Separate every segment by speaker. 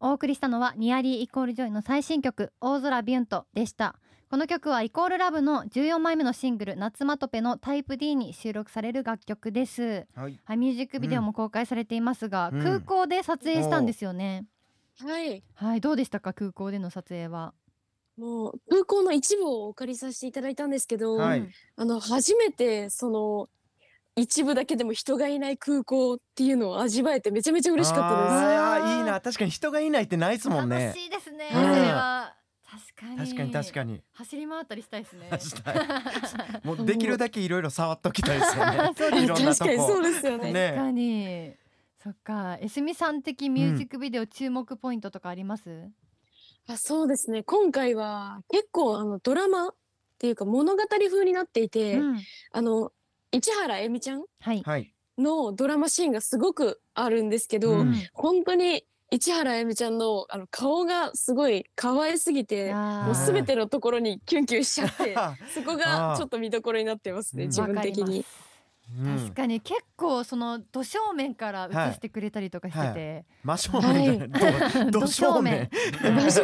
Speaker 1: お送りしたのはニアリーイコールジョイの最新曲大空ビュントでしたこの曲はイコールラブの14枚目のシングル夏まとぺのタイプ D に収録される楽曲です
Speaker 2: はい。
Speaker 1: はい、ミュージックビデオも公開されていますが、
Speaker 2: うん
Speaker 1: 空港で撮影したんですよね
Speaker 3: はい。
Speaker 1: はいどうでしたか空港での撮影は
Speaker 3: もう空港の一部をお借りさせていただいたんですけど、
Speaker 2: はい
Speaker 3: あの初めてその一部だけでも人がいない空港っていうのを味わえてめちゃめちゃ嬉しかったです。
Speaker 2: あーいやいいな。確かに人がいないってないですもんね
Speaker 1: 楽。しいですね、
Speaker 2: うん
Speaker 1: それは確かに
Speaker 2: 確かに確かに。
Speaker 1: 走り回ったりしたいです ね。
Speaker 2: したいもうできるだけいろいろ触っときたいですよね
Speaker 1: そうです
Speaker 2: いろんな
Speaker 3: 確
Speaker 2: と
Speaker 3: かにそ
Speaker 2: こ。
Speaker 3: うですよね。
Speaker 2: ね
Speaker 1: 確かにそっかエスミさん的ミュージックビデオ注目ポイントとかあります、
Speaker 3: あそうですね今回は結構あのドラマっていうか物語風になっていて、
Speaker 1: うん
Speaker 3: あの市原恵美ちゃん
Speaker 1: はい、
Speaker 2: はい。
Speaker 3: のドラマシーンがすごくあるんですけど、
Speaker 2: うん
Speaker 3: 本当に市原恵美ちゃんのあの顔がすごい可愛すぎても
Speaker 1: も
Speaker 3: うすべてのところにキュンキュンしちゃ って
Speaker 2: あ
Speaker 3: そこ
Speaker 2: あ
Speaker 3: が
Speaker 2: ー
Speaker 3: ちょっと見どころになってますね
Speaker 2: うん
Speaker 3: 自分的に。
Speaker 2: うん
Speaker 1: 確かに結構その土正面から映してくれたりとかしてて、
Speaker 2: 真正面じゃない。どど正面。
Speaker 1: 土
Speaker 3: 場 所
Speaker 1: 正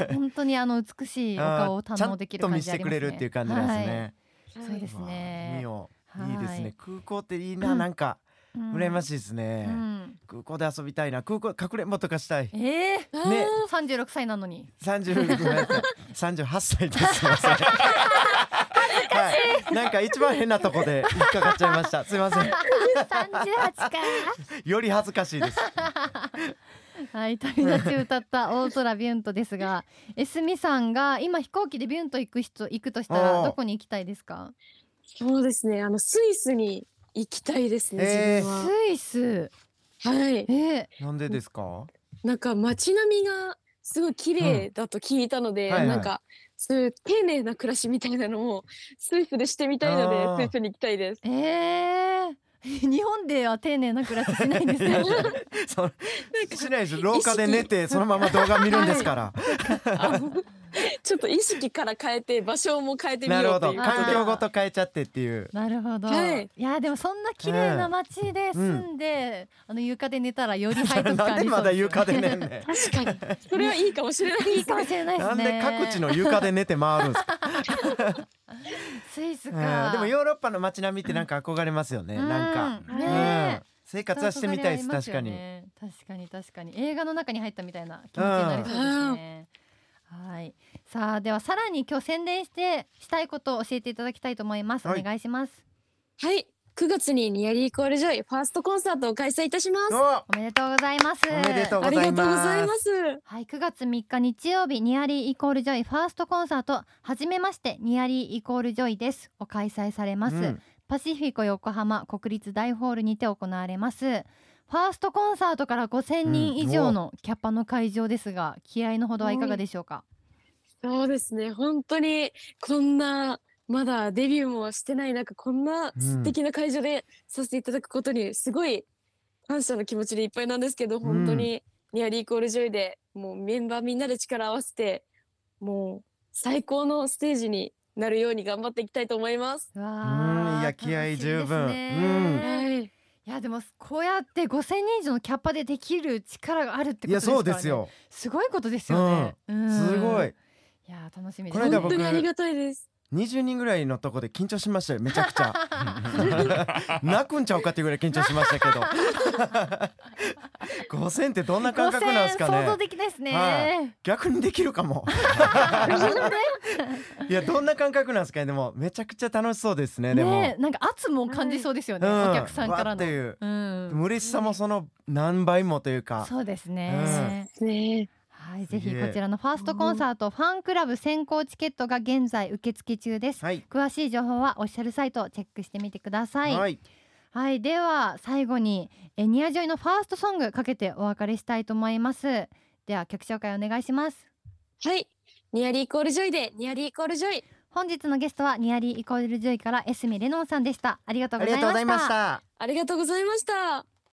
Speaker 3: が
Speaker 1: 面 本当にあの美しいお顔を堪能できる感じ
Speaker 2: ちゃ
Speaker 1: あ
Speaker 2: んと
Speaker 1: ります
Speaker 2: 見せてく
Speaker 1: ね
Speaker 2: れるっていう感じなんですね。
Speaker 1: はいそうです
Speaker 2: わあ
Speaker 1: ね
Speaker 2: 見よう
Speaker 1: はい
Speaker 2: いいですね。空港っていいな。
Speaker 1: うん
Speaker 2: なんか
Speaker 1: はい
Speaker 2: 羨ま
Speaker 1: い
Speaker 2: しいです
Speaker 1: う
Speaker 2: ね。
Speaker 1: ん
Speaker 2: 空港で遊びたいな。空港かくれんぼとかしたい。
Speaker 1: ええ
Speaker 3: あー
Speaker 2: ね
Speaker 1: 三十六歳なのに
Speaker 2: 三十三十八歳です。すみません。はい、なんか一番変なとこで引っかかっちゃいました。すみません。
Speaker 1: 三十八 か
Speaker 2: より恥ずかしいです。
Speaker 1: はい旅立ち歌った大空ビュントです がエスミさんが今飛行機でビュント行く人行くとした
Speaker 2: お
Speaker 1: ら
Speaker 2: ー
Speaker 1: どこに行きたいですか
Speaker 3: そうですねあのスイスに行きたいです
Speaker 2: え
Speaker 3: ね
Speaker 2: ー
Speaker 3: 自分は。
Speaker 1: スイス
Speaker 3: はい
Speaker 1: えー、
Speaker 2: なんでですか。
Speaker 3: なんか街並みがすごい綺麗だと聞いたので、
Speaker 2: うんはいはい
Speaker 3: なんかそういう丁寧な暮らしみたいなのもスイスでしてみたい
Speaker 2: あー
Speaker 3: のでスイスに行きたいです。
Speaker 1: えー 日本では丁寧な暮らししないんです
Speaker 2: いや
Speaker 1: よ
Speaker 2: いやそうしないです。廊下で寝て、そのまま動画見るんですから。
Speaker 3: あの ちょっと意識から変えて場所も変えてみ
Speaker 2: なる
Speaker 3: よ
Speaker 2: ほ
Speaker 3: うと
Speaker 2: ど。
Speaker 3: いう
Speaker 1: なるほ
Speaker 3: こ
Speaker 1: ど
Speaker 2: 環境ごと変えちゃってっていう。
Speaker 1: なるほど、
Speaker 3: はいい、
Speaker 1: やでもそんな綺麗な街で住んで、あの床で寝たらより背徳感
Speaker 2: な
Speaker 1: あ
Speaker 2: んで
Speaker 1: りそ
Speaker 2: ま
Speaker 1: う
Speaker 2: だ
Speaker 1: ですよね
Speaker 2: 床で寝んね
Speaker 3: とで確か にそれはいいかもしれない
Speaker 1: い
Speaker 3: で
Speaker 1: い
Speaker 3: す
Speaker 1: かもしれない
Speaker 2: ん。
Speaker 1: です
Speaker 2: なん
Speaker 1: ね
Speaker 2: で各地の床で寝て回るんですか。
Speaker 1: スイス
Speaker 2: う
Speaker 1: か
Speaker 2: んでもヨーロッパの街並みってなんか憧れますよね。
Speaker 1: うん
Speaker 2: なんか。
Speaker 1: ねえ
Speaker 2: うん生活はしてみたいです。
Speaker 1: そう
Speaker 2: 確
Speaker 1: 憧れあ
Speaker 2: か
Speaker 1: り
Speaker 2: に。
Speaker 1: ますよね確かに確かに映画の中に入ったみたいな気持ちになりそうですねはいさあではさらに今日宣伝してしたいことを教えていただきたいと思います、
Speaker 2: はい
Speaker 1: お願いします
Speaker 3: はい9月にニアリーイコールジョイファーストコンサートを開催いたします
Speaker 2: お
Speaker 1: おめでとうございます
Speaker 2: おめでとう
Speaker 3: ありがとうございます
Speaker 1: はい、9月3日日曜日ニアリーイコールジョイファーストコンサートはじめましてニアリーイコールジョイですを開催されます、
Speaker 2: うん
Speaker 1: パシフィコ横浜国立大ホールにて行われますファーストコンサートから5000人以上のキャパの会場ですが、気合のほどはいかがでしょうか
Speaker 3: そうですね本当にこんなまだデビューもしてない中こんな素敵な会場でさせていただくことにすごい感謝の気持ちでいっぱいなんですけど本当にニアリーイコールジョイでもうメンバーみんなで力を合わせてもう最高のステージになるように頑張っていきたいと思います。
Speaker 1: うわ
Speaker 2: うんいや
Speaker 1: 楽しみ
Speaker 2: 気合
Speaker 1: です
Speaker 2: 十分
Speaker 1: ね
Speaker 3: はい
Speaker 1: いやでもこうやって5000人以上のキャパでできる力があるってこ
Speaker 2: い
Speaker 1: と
Speaker 2: や
Speaker 1: ですから、ね、
Speaker 2: そうですよ。
Speaker 1: すごいことですよね、うん
Speaker 2: すごい。
Speaker 1: いや楽しみです
Speaker 2: この間
Speaker 3: 本
Speaker 2: 僕
Speaker 3: 当にありがたいです。
Speaker 2: 20人ぐらいのとこで緊張しましたよめちゃく ちゃ泣くんちゃうかっていうぐらい緊張しまし たけど5000ってどんな感覚なんですか
Speaker 1: 5000想像
Speaker 2: ね
Speaker 1: できないですね、
Speaker 2: は逆にできるかも いやどんな感覚なんですかねでもめちゃくちゃ楽しそうですねでも
Speaker 1: ねえなんか圧も感じそうですよね、
Speaker 2: うん
Speaker 1: お客さんから
Speaker 2: わっ
Speaker 1: の
Speaker 2: ていう
Speaker 1: うん、
Speaker 2: 嬉しさもその何倍もというか
Speaker 1: そうですね、
Speaker 3: ね
Speaker 1: はいぜひ
Speaker 2: すげ
Speaker 1: こ
Speaker 2: え
Speaker 1: ちらのファーストコンサートファンクラブ先行チケットが現在受付中です
Speaker 2: はい
Speaker 1: 詳しい情報はオフィシャルサイトをチェックしてみてくださいはい、
Speaker 2: い
Speaker 1: では最後にえニアジョイのファーストソングかけてお別れしたいと思いますでは曲紹介お願いします
Speaker 3: はい。ニアリーイコールジョイでニアリーイコールジョイ。
Speaker 1: 本日のゲストはニアリーイコールジョイからエスミレノンさんでしたありがとう
Speaker 2: あ
Speaker 1: ご
Speaker 2: り
Speaker 1: ざ
Speaker 2: が
Speaker 1: い
Speaker 2: とうご
Speaker 1: ま
Speaker 2: ざい
Speaker 1: した
Speaker 2: ました
Speaker 3: ありがとうございました。